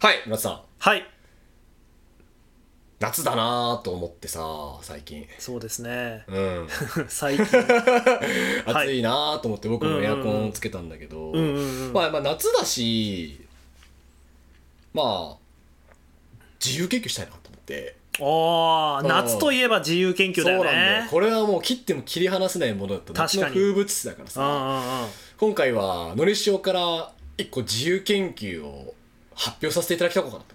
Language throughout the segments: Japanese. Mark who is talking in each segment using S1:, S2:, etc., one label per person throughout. S1: はい
S2: 村田さん
S3: はい
S2: 夏だなーと思ってさ最近
S3: そうです ね
S2: うん
S3: 最近はい
S2: 暑いなーと思って僕
S3: うん
S2: も
S3: うん
S2: エア
S3: うん
S2: コンつけたんだけど、
S3: うんうんうん
S2: まあ、まあ夏だしまあ自由研究したいなと思って
S3: おー
S2: うん
S3: 夏といえば自由研究だよ
S2: そうなんだよ
S3: ね
S2: これはもう切っても切り離せないものだった
S3: 確
S2: 夏
S3: か
S2: の
S3: に
S2: 風物詩だから
S3: うん
S2: さ
S3: うんうん
S2: 今回はのりしおから一個自由研究を発表させていただきたこうかなと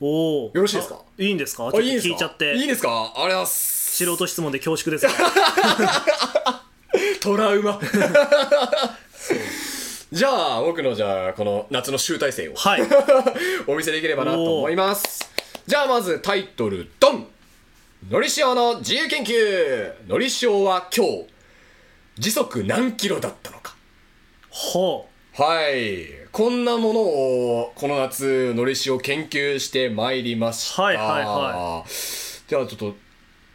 S2: 思って
S3: おお
S2: よろしいですか
S3: いいんですかちょっ
S2: あ
S3: と
S2: いいですか
S3: 聞いちゃって
S2: いいですかありがとうございます
S3: 素人質問で恐縮ですが
S2: トラウ マじゃあ僕のじゃあこの夏の集大成を
S3: はい
S2: お見せできればなと思いますじゃあまずタイトルドンのりしおの自由研究のりしおは今日時速何キロだったのか
S3: ほ
S2: はいこんなものをこの夏のりしお研究してまいりました
S3: はいはいは
S2: じゃあちょっと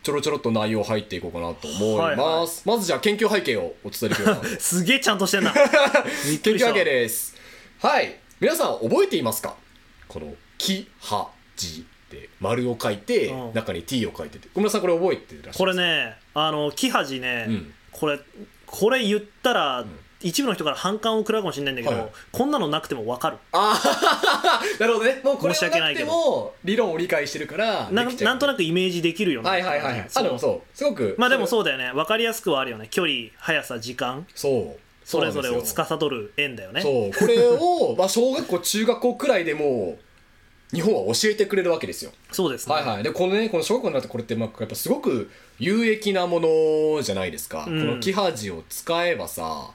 S2: ちょろちょろっと内容入っていこうかなと思います、まずじゃあ研究背景をお伝えできればなと
S3: うすげえちゃんとして んなびっく
S2: 研
S3: り
S2: 究
S3: した
S2: わけです。はい。皆さん覚えていますかこの、き、は、じって丸を書いて、
S3: うん
S2: 中に t を書いてて。小村さんこれ覚えてらっしゃ
S3: こ
S2: る
S3: れねあの木恥ね、
S2: うん
S3: これこれ言ったら、一部の人から反感を食らうかもしれないんだけど、
S2: はい
S3: こんなのなくても分かる
S2: なるほどね。もうこれ
S3: 申し
S2: は
S3: 訳な
S2: ないく
S3: け
S2: て
S3: ど
S2: も、理論を理解してるから
S3: な
S2: できちゃう
S3: なんとなくイメージできるよね
S2: はいはいはいはい。
S3: そ
S2: あ、
S3: う
S2: でもそう。すごく。
S3: まあでも
S2: う。
S3: そうだよね分かりやすくはあるよね距離速さ時間
S2: そう。
S3: それぞ
S2: そ
S3: れ
S2: うな
S3: を
S2: んですよ
S3: 司る円だよね
S2: そう。これを、まあ小学校、中学校くらいでもう、日本は教えてくれるわけですよ。
S3: そうですね
S2: はいはい、でこのねこの小学校になってこれってまあやっぱすごく有益なものじゃないですか、
S3: うん
S2: このキハジを使えばさ、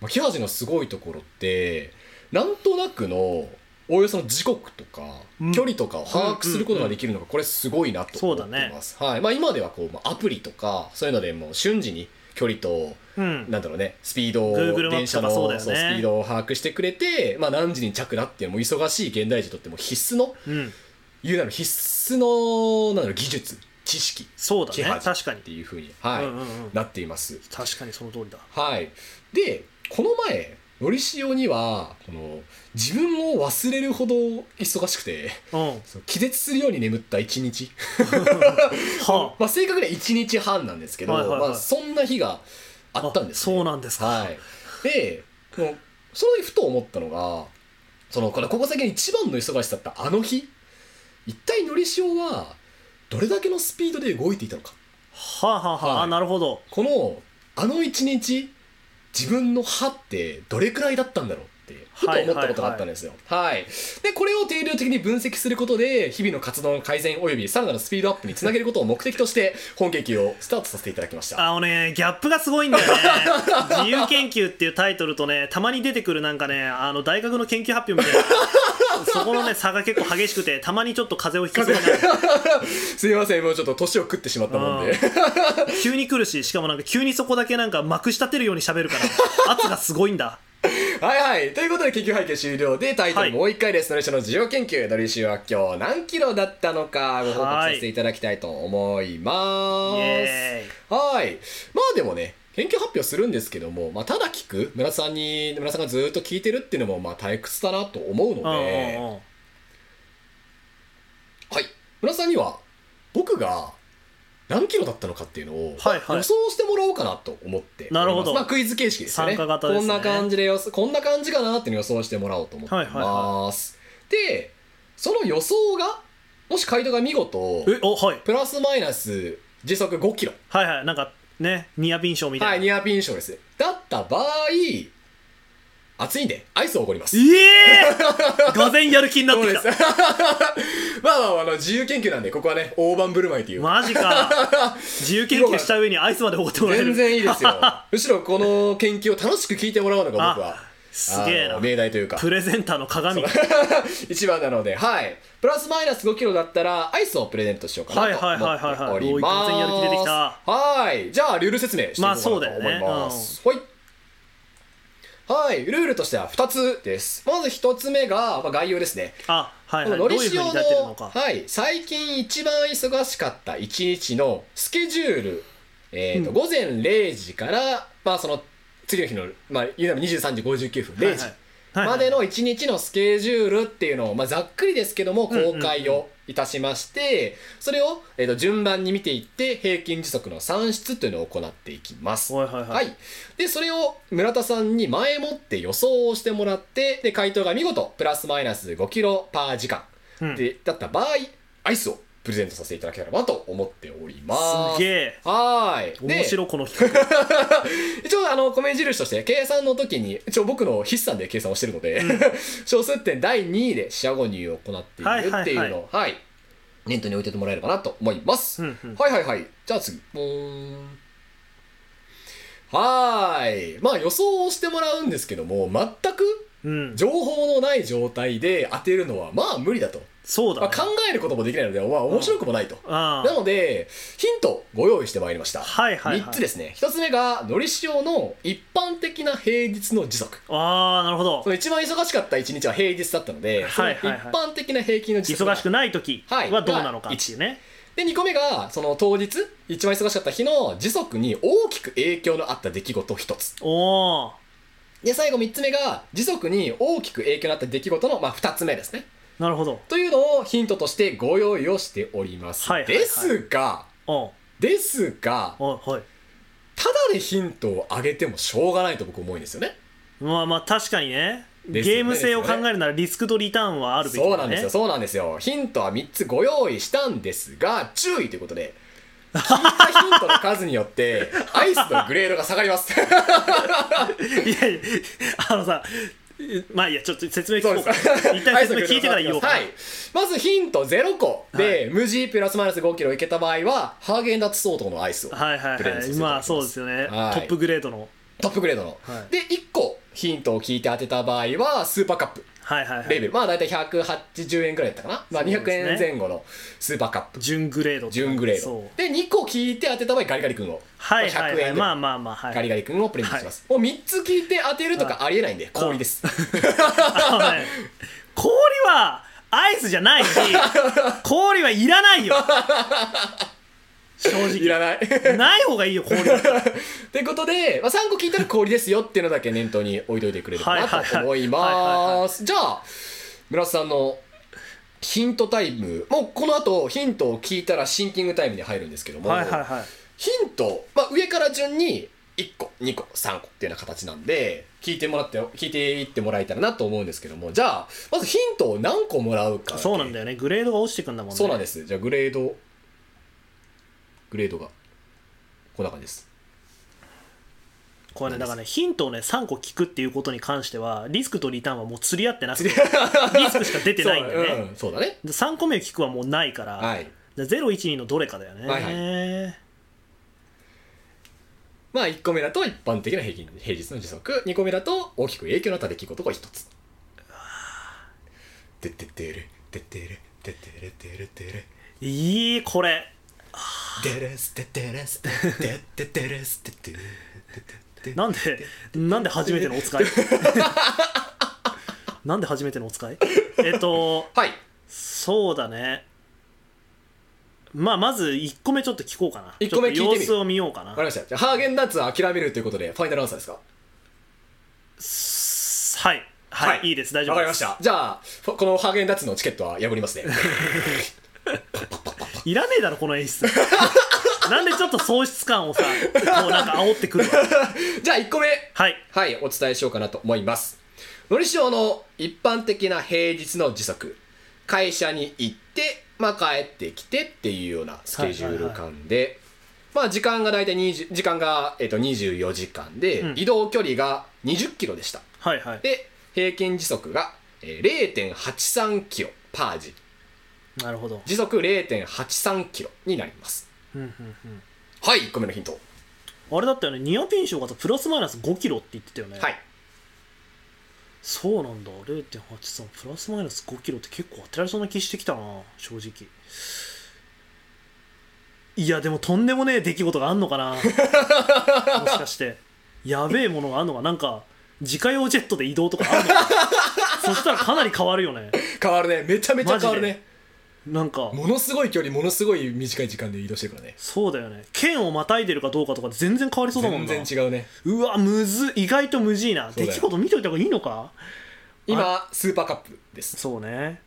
S2: まあ、キハジのすごいところってなんとなくのおおよその時刻とか
S3: うん
S2: 距離とかを把握することができるのがこれすごいなと
S3: そう
S2: 思
S3: だ
S2: っ
S3: ね
S2: てます、はいまあ、今ではこう、まあ、アプリとかそういうのでもう瞬時に距離と
S3: うん
S2: なんだろうねスピードを
S3: Google マッ
S2: 電
S3: プと
S2: 車
S3: か
S2: の
S3: そうだよね
S2: そうスピードを把握してくれて、まあ、何時に着だっていうのも忙しい現代人にとっても必須の
S3: うん
S2: いうなら必須のなんだろう技術知識っ
S3: そうだ
S2: 気
S3: ね
S2: 配
S3: 確かに
S2: ていうふうに、はい
S3: うんうんうん
S2: なっています。
S3: 確かにその通りだ
S2: はい、でこの前のりしおにはこの自分を忘れるほど忙しくて
S3: うん
S2: そう気絶するように眠った1日、
S3: は
S2: まあ、正確には1日半なんですけど、
S3: はいはいはい
S2: まあ、そんな日が
S3: あ
S2: あったんです、
S3: そうなんですか、
S2: はい、でこのそれでふと思ったのがそのこれここ最近一番の忙しさだったあの日一体のりしおはどれだけのスピードで動いていたのか
S3: はあ、はあはあ
S2: はい
S3: あなるほど
S2: このあの一日自分の歯ってどれくらいだったんだろうってふと思ったことがあったんですよはいでこれを定量的に分析することで日々の活動の改善およびさらなるスピードアップにつなげることを目的として本研究をスタートさせていただきました
S3: あのねギャップがすごいんだよ ね自由研究っていうタイトルとねたまに出てくるなんかねあの大学の研究発表みたい なそこのね差が結構激しくてたまにちょっと風邪をひきそうになる
S2: すいませんもうちょっと年を食ってしまったもんで
S3: 急に来るししかもなんか急にそこだけなんかまくし立てるように喋るから圧がすごいん だ
S2: はいはい。ということで、研究背景終了で、タイトルもう一回です。のりしおの需要研究、のりしおは今日何キロだったのか、ご報告させていただきたいと思いま
S3: イ
S2: す。
S3: エーイ
S2: はい。まあでもね、研究発表するんですけども、まあただ聞く、村さんに、村さんがずっと聞いてるっていうのも、まあ退屈だなと思うので、
S3: うんうん
S2: は
S3: うん
S2: い。村さんには、僕が、何キロだったのかっていうのを、
S3: はいはい
S2: 予想してもらおうかなと思っております
S3: なるほど
S2: まあクイズ形式ですよね。
S3: 参加型ですね
S2: こんな感じで予想、こんな感じかなっていうのを予想してもらおうと思ってます。
S3: はいはい
S2: で、その予想が、もし回答が見事、
S3: えおはい
S2: プラスマイナス時速5キロ、
S3: はいはいなんかねニアピン賞みたいな、
S2: はい、ニアピン賞です。だった場合、暑いんで、アイスをおごります。
S3: ええ ー、がぜんやる気になってき
S2: そう
S3: た
S2: です まあまあまああの、自由研究なんで、ここはね、大盤振る舞いという。
S3: マ ジか自由研究した上にアイスまでおごってもらえる
S2: 全然いいですよ。むしろこの研究を楽しく聞いてもらうのが僕は
S3: あ、すげえ
S2: あ
S3: な
S2: の命題というか、
S3: プレゼンターの鏡はい
S2: 一番なので、はい。プラスマイナス5キロだったら、アイスをプレゼントしようかなと思
S3: はいはいはい
S2: って
S3: はいはい
S2: おりま
S3: お
S2: す。
S3: い完全にやる気出てきた
S2: はい。じゃあ、ルール説明していこうかなと思い
S3: まあ
S2: ま
S3: そ
S2: す。はい。はい。ルールとしては2つです。まず1つ目が、まあ、概要ですね。
S3: あはい
S2: こ
S3: は
S2: の
S3: いど
S2: の
S3: うい
S2: りし
S3: うふうに
S2: お
S3: 立てるの
S2: の、
S3: か
S2: はい、最近一番忙しかった一日のスケジュール、えーと
S3: う
S2: 午前0時から、まあ、その次の日の、まあ、言うなら23時59分、0時
S3: はいはいはいはい
S2: までの1日のスケジュールっていうのを、まあ、ざっくりですけども公開をいたしまして、それを、えー、と順番に見ていって平均時速の算出というのを行っていきます。
S3: はいはいはい
S2: はい、でそれを村田さんに前もって予想をしてもらってで回答が見事プラスマイナス5キロパー時間
S3: うん
S2: でだった場合アイスをプレゼントさせていただければと思っております。
S3: すげえ
S2: はーい。で
S3: 面白いこの 企画
S2: 一応あの米印として計算の時に一応僕の筆算で計算をしてるので、 小数点第2位で四捨五入を行っているっていうのを、はい念頭に置いててもらえればなと思います、
S3: うんうん
S2: はいはいはいじゃあ次ボーンはーいまあ予想をしてもらうんですけども全く
S3: うん
S2: 情報のない状態で当てるのはまあ無理だと、
S3: そう
S2: ま
S3: だ
S2: あ、考えることもできないので、まあ、面白くもないと、
S3: あ
S2: なのでヒントをご用意してまいりました
S3: はいはいは
S2: 3
S3: い
S2: つですね1つ目がのりしおの一般的な平日の時速
S3: ああなるほど
S2: その一番忙しかった1日は平日だったので、
S3: はいはいはい
S2: その一般的な平均の時速
S3: 忙しくない時
S2: はい
S3: はどうなのかっていうね
S2: で2個目がその当日一番忙しかった日の時速に大きく影響のあった出来事1つ
S3: おお
S2: で最後3つ目が時速に大きく影響のあった出来事の、まあ、2つ目ですね
S3: なるほど
S2: というのをヒントとしてご用意をしております、
S3: はいはいはい
S2: ですが
S3: お
S2: ですが
S3: おはい
S2: ただでヒントをあげてもしょうがないと僕思うんですよね
S3: まあまあ確かにね
S2: ですよね
S3: ゲーム性を考えるならリスクとリターンはあるべきだね
S2: そうなんですよそうなんですよヒントは3つご用意したんですが注意ということ で聞いたヒントの数によってアイスのグレードが下がります
S3: いやいやあのさまあいいやちょっと説明
S2: そ
S3: 聞
S2: う
S3: こ
S2: で
S3: う
S2: す
S3: か一旦説明聞いてから言おうかな
S2: はいまずヒント0個で、無事プラスマイナス5キロいけた場合はハーゲンダッツ相当のアイスを
S3: はいはい
S2: プレゼントさ
S3: はい
S2: せていただきます
S3: まあそうですよねト
S2: はい
S3: ップグレードの
S2: トップグレードの、
S3: はい
S2: で1個ヒントを聞いて当てた場合はスーパーカップ
S3: はいはいは
S2: レ
S3: い
S2: ベルまあ大体180円ぐらいだったかな、まあ、
S3: そう
S2: 200
S3: ですね
S2: 円前後のスーパーカップ
S3: 準グレード
S2: 準グレー
S3: そう
S2: ドで2個聞いて当てた場合ガリガリ君を
S3: はいはい
S2: 100
S3: はい
S2: 円ぐらい
S3: まあまあまあはい
S2: ガリガリ君をプレゼントします、もう3つ聞いて当てるとかありえないんで氷です
S3: あのね氷はアイスじゃ ないし氷はいらないよ正
S2: いら
S3: 直
S2: ない
S3: ない方がいいよ氷は
S2: ってことで、まあ、3個聞いたら氷ですよっていうのだけ念頭に置いといてくれれば
S3: はいはい
S2: な
S3: はい
S2: と思いますじゃあ村瀬さんのヒントタイムもうこの後ヒントを聞いたらシンキングタイムに入るんですけども、
S3: はいはいはい
S2: ヒント、まあ、上から順に1個2個3個っていうような形なんで聞いてもらって聞いていってもらえたらなと思うんですけどもじゃあまずヒントを何個もらうかだけ
S3: そうなんだよねグレードが落ちてくんだもんね
S2: そうなんですじゃあグレードグレードがこんな感じです
S3: これねだからねヒントをね3個聞くっていうことに関してはリスクとリターンはもう釣り合ってなく てリスクしか出てないんだよね、
S2: うんそうだね
S3: で3個目を聞くはもうないから、
S2: はい
S3: で012のどれかだよね、
S2: はいまあ1個目だと一般的な平均平日の時速2個目だと大きく影響のあった出来事が1つてってってるてってるてってるてるてる
S3: いいこれ
S2: デレステデレステデデデレステデデ
S3: なんでなんで初めての お使いなんで初めてのお使いえっと
S2: はい
S3: そうだねまあまず1個目ちょっと聞こうかな
S2: 一個目聞いてみる
S3: ちょっと様子を見ようかな
S2: わかりましたじゃあハーゲンダッツは諦めるということでファイナルアンサーですか
S3: はいはい、い、いです大丈夫
S2: わかり
S3: で
S2: まし
S3: す
S2: たじゃあこのハーゲンダッツのチケットは破りますね
S3: いらねえだろこの 演出なんでちょっと喪失感をさこうなんか煽ってくるわ
S2: じゃあ1個目
S3: はい
S2: はいお伝えしようかなと思いますのりしおの一般的な平日の時速会社に行ってまあ帰ってきてっていうようなスケジュール感で、まあ時間が大体20時間が、えっと24時間で、
S3: うん
S2: 移動距離が20キロでした
S3: はいはい
S2: で平均時速がえー0.83キロパー時
S3: なるほど
S2: 時速0.83キロになります
S3: うんうんうん
S2: はい1個目のヒント、
S3: あれだったよねニアピン賞がさプラスマイナス5キロって言ってたよね
S2: はい
S3: そうなんだ0.83プラスマイナス5キロって結構当てられそうな気してきたな正直いやでもとんでもねえ出来事があんの かなもしかしてやべえものがあんのかなんか自家用ジェットで移動とかあんのかなそしたらかなり変わるよね
S2: 変わるねめちゃめちゃ変わるね
S3: なんか
S2: ものすごい距離ものすごい短い時間で移動してるからね
S3: そうだよね剣をまたいでるかどうかとか全然変わりそうだもん
S2: 全
S3: な
S2: 然違うね
S3: うわむずい意外とむずい
S2: そ
S3: な
S2: うだよ
S3: 出来事見といた方がいいのか
S2: 今スーパーカップです
S3: そうね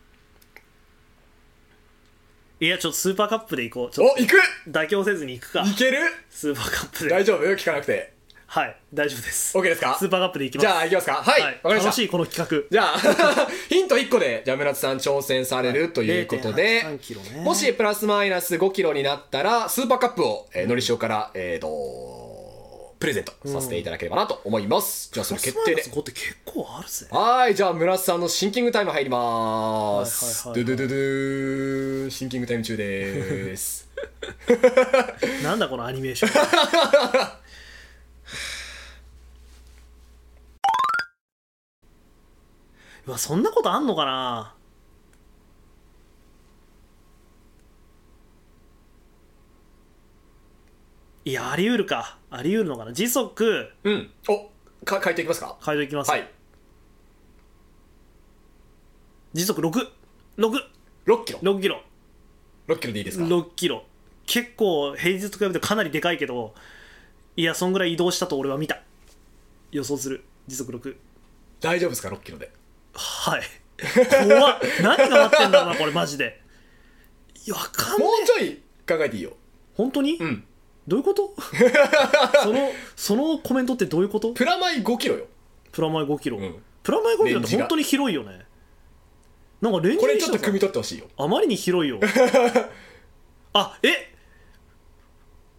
S3: いやちょっとスーパーカップで行こうち
S2: お
S3: ょっ
S2: 行く
S3: と妥協せずに行くか
S2: いける
S3: スーパーカップで
S2: 大丈夫聞かなくて
S3: はい大丈夫ですス
S2: OK ですか
S3: ーパーカップで行きま
S2: じ
S3: す
S2: ゃあ行きますかはいわ、
S3: はい
S2: かりました
S3: 楽しいこの企
S2: じゃあヒント1個でじゃあ村田さん挑戦されるということで、
S3: 0.83キロね
S2: もしプラスマイナス5キロになったらスーパーカップを、えーのりしおから、えー、とプレゼントさせていただければなと思います、じゃあそ
S3: 画
S2: れ決定で
S3: そこって結構あるぜ
S2: はいじゃあ村田さんのシンキングタイム入ります、
S3: はいはいは
S2: ド
S3: い
S2: ゥドゥドゥドゥシンキングタイム中です
S3: なんだこのアニメーション うわそんなことあんのかないやあり得るかあり得るのかな時速
S2: うんおか変えていきますか
S3: 解除いきます、
S2: はい
S3: 時速6666
S2: 6キロ
S3: キロ
S2: 6キロでいいですか
S3: 6キロ結構平日と比べてかなりでかいけどいやそんぐらい移動したと俺は見た予想する時速6
S2: 大丈夫ですか6キロで
S3: はい怖っ何が待ってんだろうなこれマジでいやわかんね
S2: もう
S3: え
S2: ちょい考えていいよ
S3: 本当に、
S2: うん
S3: どういうこと そのそのコメントってどういうこと
S2: プラマイ5キロよ
S3: プラマイ5キロ、
S2: ん
S3: プラマイ5キロっ
S2: レン
S3: て
S2: ジが
S3: 本当に広いよねなんかレンジ
S2: これ
S3: に
S2: ち
S3: し
S2: ょっ
S3: たの
S2: と
S3: か
S2: 汲み取ってほしいよ
S3: あまりに 広いよあえ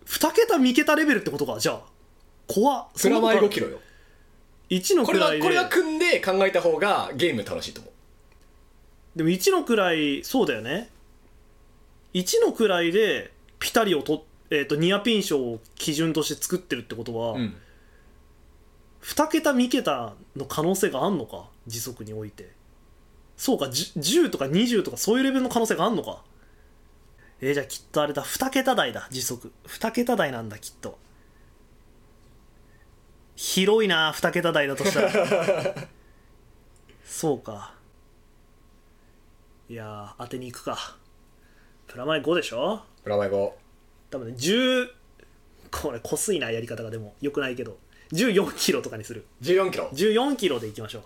S3: 二桁三桁レベルってことかじゃあ怖っ
S2: プラマイ5キ
S3: ロ
S2: ロよ
S3: 1の
S2: これは
S3: 位で
S2: これは組んで考えた方がゲーム楽しいと思う
S3: でも1の位そうだよね1の位でピタリをと、えー、とニアピン賞を基準として作ってるってことは、
S2: うん
S3: 2桁3桁の可能性があんのか時速においてそうかじゅ10とか20とかそういうレベルの可能性があんのかえーじゃあきっとあれだ2桁台だ時速2桁台なんだきっと広いな2桁台だとしたらそうかいやー当てに行くかプラマイ5でしょ
S2: プラマイ5
S3: 多分ね10これこすいなやり方がでもよくないけど14キロとかにする
S2: 14キロ
S3: 14キロでいきましょ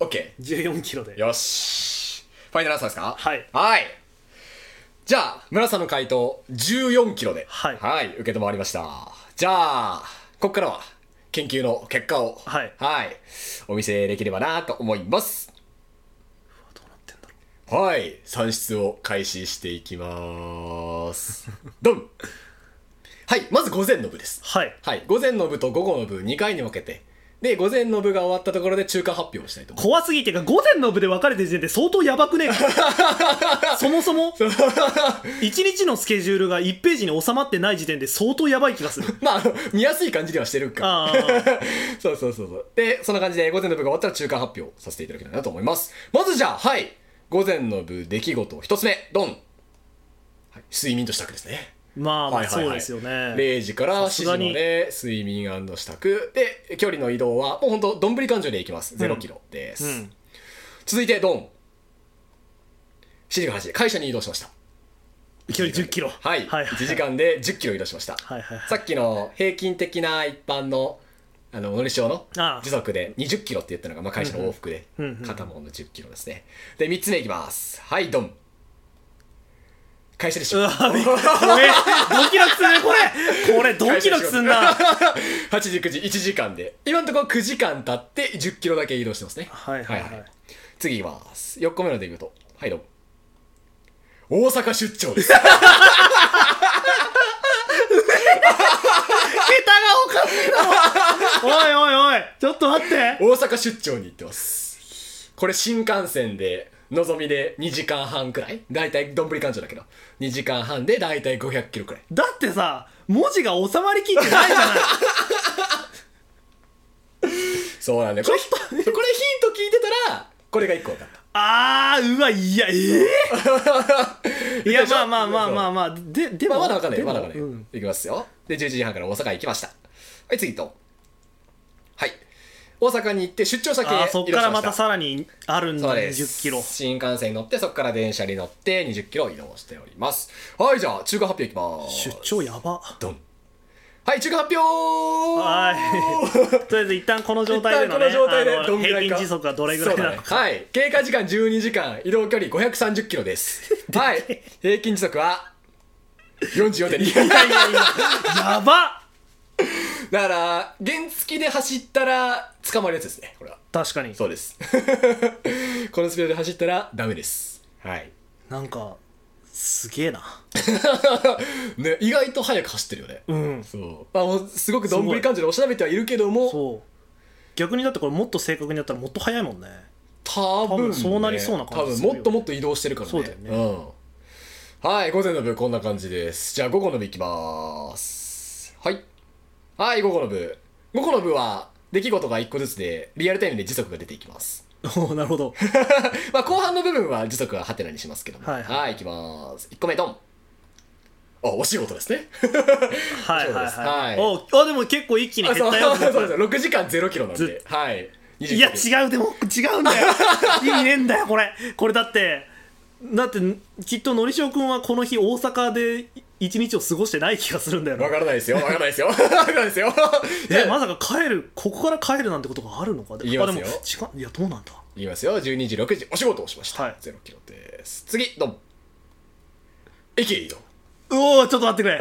S3: う
S2: OK
S3: 14キロで
S2: よしファイナルアンサーですか
S3: はい
S2: はいじゃあ村さんの回答14キロでは
S3: はい
S2: はい受け止まりましたじゃあここからは研究の結果を
S3: はい
S2: はいお見せできればなと思います
S3: どうなってんだろう
S2: はい算出を開始していきますドンはいまず午前の部です
S3: はい
S2: はい午前の部と午後の部2回に分けてで午前の部が終わったところで中間発表をしたいと思い
S3: 怖すぎてか午前の部で分かれてる時点で相当やばくねえかそもそも一日のスケジュールが1ページに収まってない時点で相当やばい気がする
S2: ますまああの見やすい感じではしてるから
S3: ああ
S2: そうそうそうそうでそんな感じで午前の部が終わったら中間発表させていただきたいなと思いますまずじゃあはい午前の部出来事1つ目ドン、はい、睡眠と支度ですね
S3: まあま
S2: はい
S3: あ
S2: はいはい
S3: そうですよね、
S2: 0時から7
S3: さ
S2: 時
S3: すが
S2: ま
S3: に
S2: で睡眠支度で距離の移動はもうほんとどんぶり勘定でいきます0キロです、
S3: うん
S2: 続いてドン7時から8時会社に移動しました
S3: 距離10キロ
S2: はい、
S3: はいはい
S2: 1時間で1 0キロ移動しました、
S3: はいはいはい
S2: さっきの平均的な一般のあののりしおの
S3: ああ
S2: 時速で2 0キロって言ったのが、まあ、会社の往復で
S3: うんうんうんうん
S2: 片方の1 0キロですねで3つ目いきますはいドン会社でし
S3: う
S2: ょ
S3: わびっくり怖えドキドキするねこれこれドキドキすんな
S2: 8時9時1時間で今のところ9時間経って1 0キロだけ移動してますね
S3: はいはいはい
S2: 次いきます4個目の出来事はいどうも大阪出張です
S3: おいおいおいちょっと待って
S2: 大阪出張に行ってますこれ新幹線でのぞみで2時間半くらいだいたいどんぶり勘定だけど2時間半でだいたい5 0 0キロくらい
S3: だってさ文字が収まりきってないじゃない
S2: そうなんだよこれこれヒント聞いてたらこれが1個分かった
S3: あーうわいやええいやまあまあまあまあまあでで
S2: まあ
S3: も
S2: まだ分かんないよ
S3: で
S2: ま
S3: も
S2: だ分かんないよ、
S3: うん
S2: いきますよで11時半から大阪行きましたはい次とはい大阪に行って出張先へ移動
S3: あ
S2: し
S3: ー
S2: ました
S3: そっからまたさらにあるん
S2: そう
S3: だ
S2: で
S3: 2
S2: す
S3: 0キロ
S2: 新幹線に乗ってそこから電車に乗って2 0キロ移動しておりますはいじゃあ中間発表いきます
S3: 出張やば
S2: ドンはい、中間発表
S3: はい。とりあえず一旦この状態でのね、
S2: 一旦この状態で
S3: あの
S2: どんぐらいか
S3: 平均時速がどれぐらいな
S2: そ
S3: の
S2: う
S3: か。
S2: だねはい経過時間12時間移動距離530キロです はい平均時速は44.2
S3: いやいやいややば
S2: だから原付で走ったら捕まるやつですねこれは
S3: 確かに。
S2: そうです このスピードで走ったらダメですはい
S3: なんか、すげえな。
S2: ね意外と速く走ってるよね
S3: うん。
S2: そうまあもうすごくどんぶり感情でおしなべてはいるけども
S3: そう。逆にだってこれもっと正確にやったらもっと早いも んね。
S2: 多分,、
S3: 多分そうなりそうな感じす
S2: 多分
S3: るよ
S2: もっともっと移動してるからね
S3: そうだよね
S2: うん、はい午前の部こんな感じですじゃあ午後の部いきますはいはい午後の部午後の部は出来事が1個ずつでリアルタイムで時速が出ていきます
S3: おおなるほど。
S2: まあ後半の部分は時速はハテナにしますけども
S3: はいはい
S2: い、いきます1個目ドンあお仕事ですね
S3: はいはい
S2: は
S3: はいい。おあでも結構一気に
S2: あ
S3: 減
S2: そう
S3: ったよ。
S2: そうそう6時間0キロなんで
S3: ず
S2: はい
S3: いや
S2: う
S3: 違うでも違う んだよ意味ねえんだよこれこれだってだってきっとのりしおくんはこの日大阪で一日を過ごしてない気がするんだよな
S2: わからないですよわからない ですよわからないですよ
S3: えまさか帰るここから帰るなんてことがあるのかで
S2: 言います
S3: あで
S2: よ
S3: も違ういやどうなんだ
S2: 言いますよ12時6時お仕事をしました、
S3: はい
S2: 0キロです次どん駅へ移動
S3: うおーちょっと待ってく れ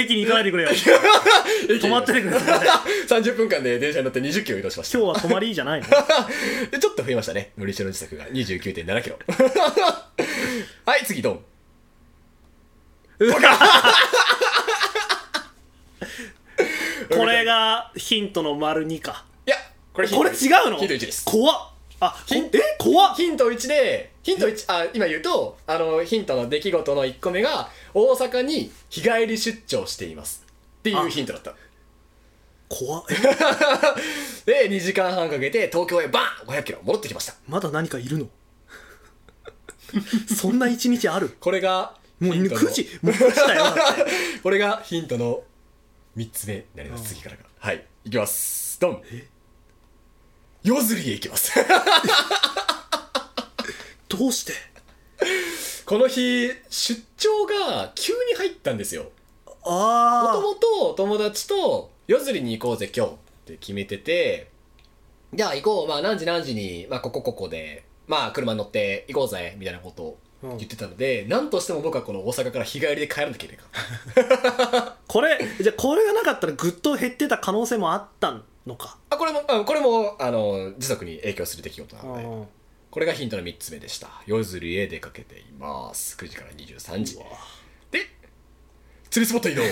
S3: 駅に行かないでくれよ
S2: 止
S3: 止まっててくれ
S2: 30分間で電車に乗って20キロ移動しました
S3: 今日は泊まりじゃないの
S2: でちょっと増えましたねのりしろの時速が29.7キロ はい次ドン
S3: これがヒントの丸2か
S2: いやこれヒン
S3: こ
S2: ト
S3: れ
S2: 一
S3: 違うの
S2: ヒント1です
S3: 怖っあ
S2: ヒ
S3: ヒ
S2: ン
S3: ンえ怖っ
S2: ヒント1でヒント1あ今言うとあのヒントの出来事の1個目が大阪に日帰り出張していますっていうヒントだった
S3: 怖っえ
S2: で2時間半かけて東京へバーン500キロ戻ってきました
S3: まだ何かいるの そんな一日ある
S2: これが
S3: もう
S2: ヒントの
S3: 9時もう9時だよだって
S2: これがヒントの3つ目になります、次からがはいいきますドン夜釣りへ行きます
S3: どうして
S2: この日出張が急に入ったんですよもと
S3: あ
S2: もと友達と夜釣りに行こうぜ今日って決めててじゃあ行こうまあ何時何時に、まあ、ここここでまあ車に乗って行こうぜみたいなことを
S3: あ、
S2: 言ってたので、なんとしても僕はこの大阪から日帰りで帰らなきゃいけないから
S3: これじゃあこれがなかったらぐっと減ってた可能性もあったのか、
S2: あこれもあこれもあの時速に影響する出来事なので
S3: うん
S2: これがヒントの3つ目でした夜釣りへ出かけています9時から23時
S3: うわ
S2: で釣りスポット 移動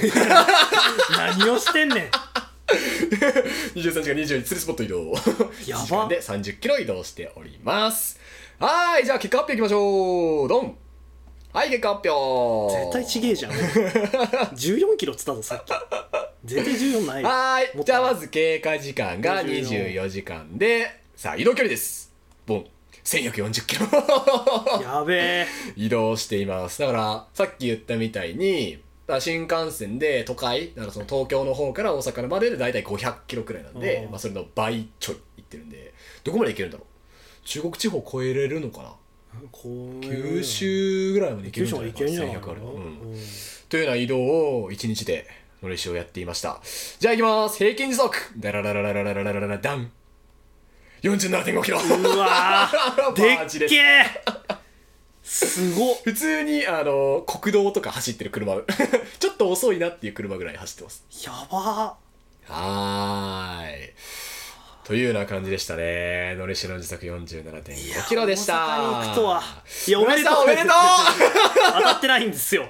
S3: 何をしてんねん
S2: 23時から24時釣りスポット移動
S3: や
S2: 1時間
S3: ば
S2: で3 0キロ移動しておりますはーいじゃあ結果発表いきましょうドンはい結果発表
S3: 絶対ちげえじゃん14キロっつったぞさっき絶対14ないよ
S2: はー
S3: も
S2: い
S3: っと
S2: じゃあまず経過時間が
S3: 24
S2: 24時間でさあ移動距離ですボン1140キロ
S3: やべえ
S2: 移動していますだからさっき言ったみたいにだから新幹線で都会だからその東京の方から大阪までで大体500キロくらいなんで、
S3: うん
S2: まあ、それの倍ちょい行ってるんでどこまで行けるんだろう中国地方越えれるのかな
S3: こういう
S2: 九州ぐらいまで行け
S3: 九
S2: るん
S3: 州
S2: じゃ
S3: は
S2: ないいか
S3: け
S2: なん
S3: じゃない
S2: 1100
S3: か
S2: ある、
S3: な、
S2: うん、
S3: うん
S2: というような移動を1日でのれしをやっていましたじゃあ行きます平均時速ダララララララララララダン47.5キロ
S3: うわー
S2: マジ
S3: で
S2: で
S3: っ
S2: す
S3: けえすごっ
S2: 普通にあの国道とか走ってる車ちょっと遅いなっていう車ぐらい走ってます
S3: や
S2: は
S3: ば
S2: ーいというような感じでしたねのりしろ自作
S3: ー
S2: 47.5キロでした
S3: 大阪に行くとはいや
S2: お
S3: お
S2: め
S3: め
S2: で
S3: で
S2: とう
S3: とう
S2: おめでとう
S3: 当たってないんですよ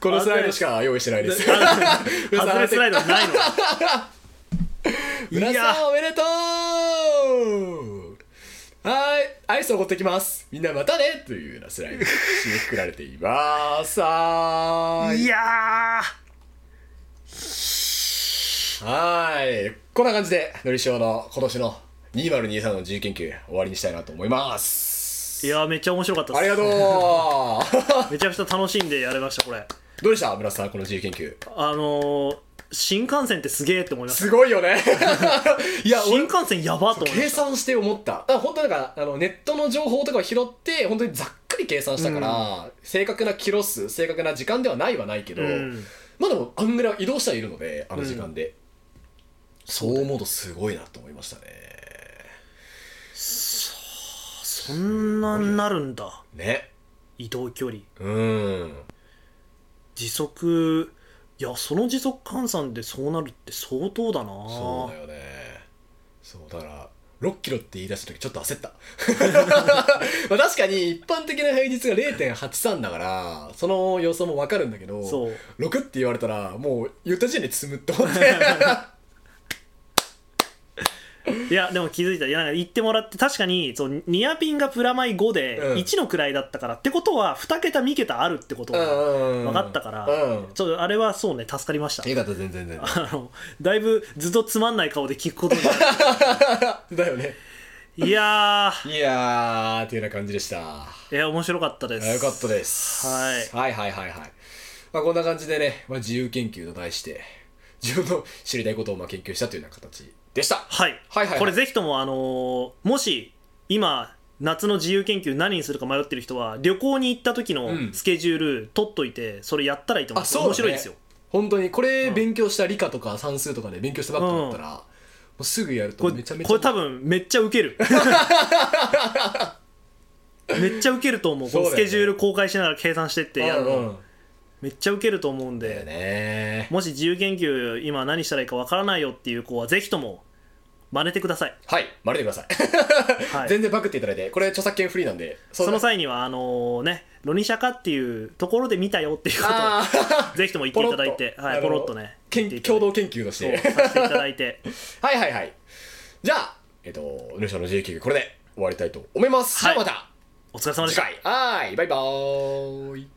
S2: このスライドしか用意してないです
S3: ハズレスライドないの
S2: 浦
S3: い
S2: さ
S3: や
S2: んおめでとうはーいアイスを持ってきますみんなまたねというようなスライドで締めくくられていますはーい
S3: いや
S2: はーいこんな感じでのりしおの今年の2023の自由研究終わりにしたいなと思います
S3: ーいやーめっちゃ面白かったです
S2: ありがと う
S3: めちゃくちゃ楽しんでやれましたこれ
S2: どうでした村瀬さんこの自由研究
S3: あのー、新幹線ってすげえって思いました
S2: すごいよ ねいや
S3: 新
S2: 俺
S3: 幹線やばと思いま
S2: 計
S3: した
S2: 算して思ったあ本当なんかあのネットの情報とかを拾って本当にざっくり計算したから、正確なキロ数正確な時間ではないはないけど、
S3: うん
S2: まあでもあんぐらい移動したらいるのであの時間で、そう思うとすごいなと思いましたね
S3: そんなになるんだ
S2: ね
S3: 移動距離
S2: うん
S3: 時速いやその時速換算でそうなるって相当だな
S2: そうだよねそうだから6キロって言い出した時ちょっと焦った まあ確かに一般的な平日が0.83だからその予想も分かるんだけど
S3: そう
S2: 6って言われたらもう言った時点で積むって 思って
S3: いやでも気づいたいやなんか言ってもらって確かにそうニアピンがプラマイ5で
S2: うん
S3: 1の位だったから、ってことは2桁3桁あるってことが
S2: 分
S3: 分かったから、
S2: うん
S3: ちょっとあれはそうね助かりました
S2: よかった全然全然
S3: あのだいぶずっとつまんない顔で聞くことになる
S2: だよね
S3: いや
S2: いやーっていうような感じでした
S3: ーいや面白かったです
S2: あよかったです、
S3: は
S2: は
S3: い
S2: いはいはいはいまあ、こんな感じでね、まあ、自由研究と題して自分の知りたいことをまあ研究したというような形でした
S3: はい、
S2: はいはい
S3: これぜひともあのーもし今夏の自由研究何にするか迷ってる人は旅行に行った時
S2: うん
S3: のスケジュール取っといてそれやったらいいと思います、
S2: あそうだね
S3: 面白いですよ
S2: 本当にこれ
S3: うん
S2: 勉強した理科とか算数とかで勉強したばっかだったら、もうすぐやると
S3: こ
S2: め
S3: れ
S2: ちゃめちゃ
S3: これ多分めっちゃウ ケるめっちゃウケると思う
S2: そうだよね
S3: このスケジュール公開しながら計算してってやるの、
S2: うんうん
S3: めっちゃウケると思うん
S2: だよ
S3: で、
S2: ね
S3: もし自由研究今何したらいいかわからないよっていう子はぜひとも真似てください、
S2: はいまれてください、
S3: はい、
S2: 全然パクっていただいてこれ著作権フリーなんでそ
S3: その
S2: さ
S3: 際にはあのね「ロニシャカ」っていうところで見たよっていうこと
S2: ああ
S3: をぜひとも言っていただいて
S2: ポロッとあ
S3: はい
S2: の
S3: ポロッとね言っていただ
S2: 共
S3: いて
S2: 同研究とし
S3: そう
S2: て
S3: させていただいて
S2: はいはいはい。じゃあ、えっと、ルシャの自由研究、これで終わりたいと思います。
S3: はい
S2: じゃあま
S3: お疲れ様
S2: た
S3: でし
S2: 次
S3: た
S2: 回。はーい、バイバーイ。